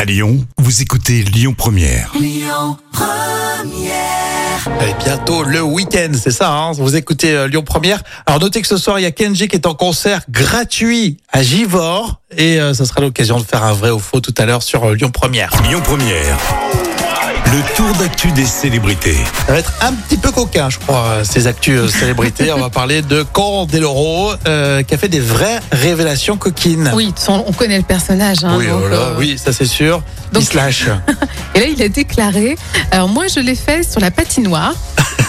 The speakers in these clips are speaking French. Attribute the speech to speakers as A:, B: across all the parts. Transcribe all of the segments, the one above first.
A: À Lyon, vous écoutez Lyon Première.
B: Et Eh, bientôt le week-end, c'est ça, hein vous écoutez euh, Lyon Première. Alors notez que ce soir, il y a Kenji qui est en concert gratuit à Givor et euh, ça sera l'occasion de faire un vrai ou faux tout à l'heure sur euh, Lyon Première.
A: Lyon Première. Le tour d'actu des célébrités.
B: Ça va être un petit peu coquin, je crois, euh, ces actus euh, célébrités. On va parler de Candeloro euh, qui a fait des vraies révélations coquines.
C: Oui, son- on connaît le personnage. hein,
B: Ah. Oui,
C: donc,
B: oh là,
C: euh,
B: oui, ça c'est sûr.
C: donc-
B: il se lâche.
C: Et là, il a déclaré Alors, moi, je l'ai fait sur la patinoire.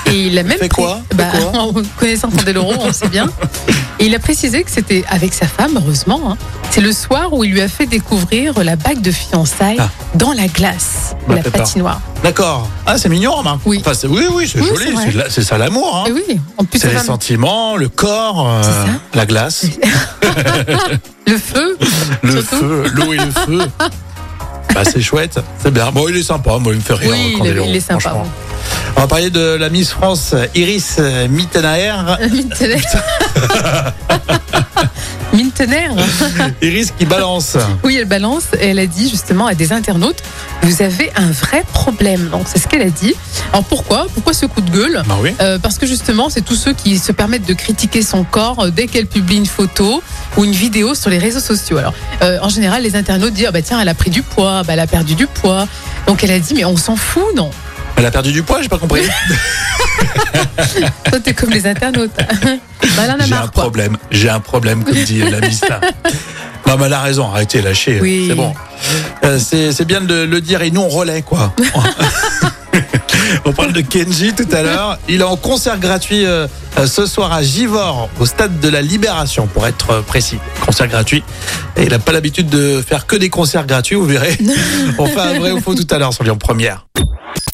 C: Et il a même.
B: Fait quoi
C: pré- bah,
B: Fait quoi
C: En connaissant Candeloro, on sait bien. Et il a précisé que c'était avec sa femme, heureusement. hein. C'est le soir où il lui a fait découvrir la bague de fiançailles
B: Ah.
C: dans la glace, de
B: Bah,
C: la
B: fais pas.
C: patinoire.
B: D'accord. Ah, c'est mignon, Romain.
C: Oui.
B: Enfin, c'est- oui, oui, c'est
C: Oui, c'est
B: joli.
C: vrai.
B: C'est la- C'est ça l'amour. Hein.
C: Et oui, en plus,
B: C'est
C: sa
B: les
C: femme-
B: sentiments, le corps, euh,
C: C'est ça.
B: la glace,
C: le feu.
B: le
C: Surtout.
B: feu, l'eau et le feu. Bah, c'est chouette, c'est bien. Bon, il est sympa, moi, il me fait rire.
C: Oui,
B: quand
C: il est-
B: il est
C: il est sympa, hein.
B: franchement. On va parler de la Miss France Iris euh, Mittenaer.
C: Mintener. Mintener.
B: Iris qui balance. Ah,
C: Oui, elle balance et elle a dit justement à des internautes Vous avez un vrai problème. Donc, c'est ce qu'elle a dit. Alors, pourquoi Pourquoi ce coup de gueule
B: Bah oui.
C: Euh, parce que justement, c'est tous ceux qui se permettent de critiquer son corps euh, dès qu'elle publie une photo ou une vidéo sur les réseaux sociaux. Alors, euh, en général, les internautes disent Ah bah tiens, elle a pris du poids, bah, elle a perdu du poids. Donc elle a dit mais on s'en fout, non
B: Elle a perdu du poids, j'ai pas compris.
C: Toi t'es comme les internautes. bah, elle en a
B: J'ai un
C: marre, quoi.
B: problème, j'ai un problème, comme dit la Miss. là. Non, mais elle a raison, arrêtez, lâchez.
C: Oui.
B: C'est bon. Euh, c'est c'est bien de le dire et nous, on relaie, quoi. on parle de Kenji tout à l'heure. Il est en concert gratuit euh, euh, ce soir à Givor, au stade de la Libération, pour être euh, précis. Concert gratuit. Et il n'a pas l'habitude de faire que des concerts gratuits, vous verrez. on fait un vrai ou faux tout à l'heure sur Lyon Première.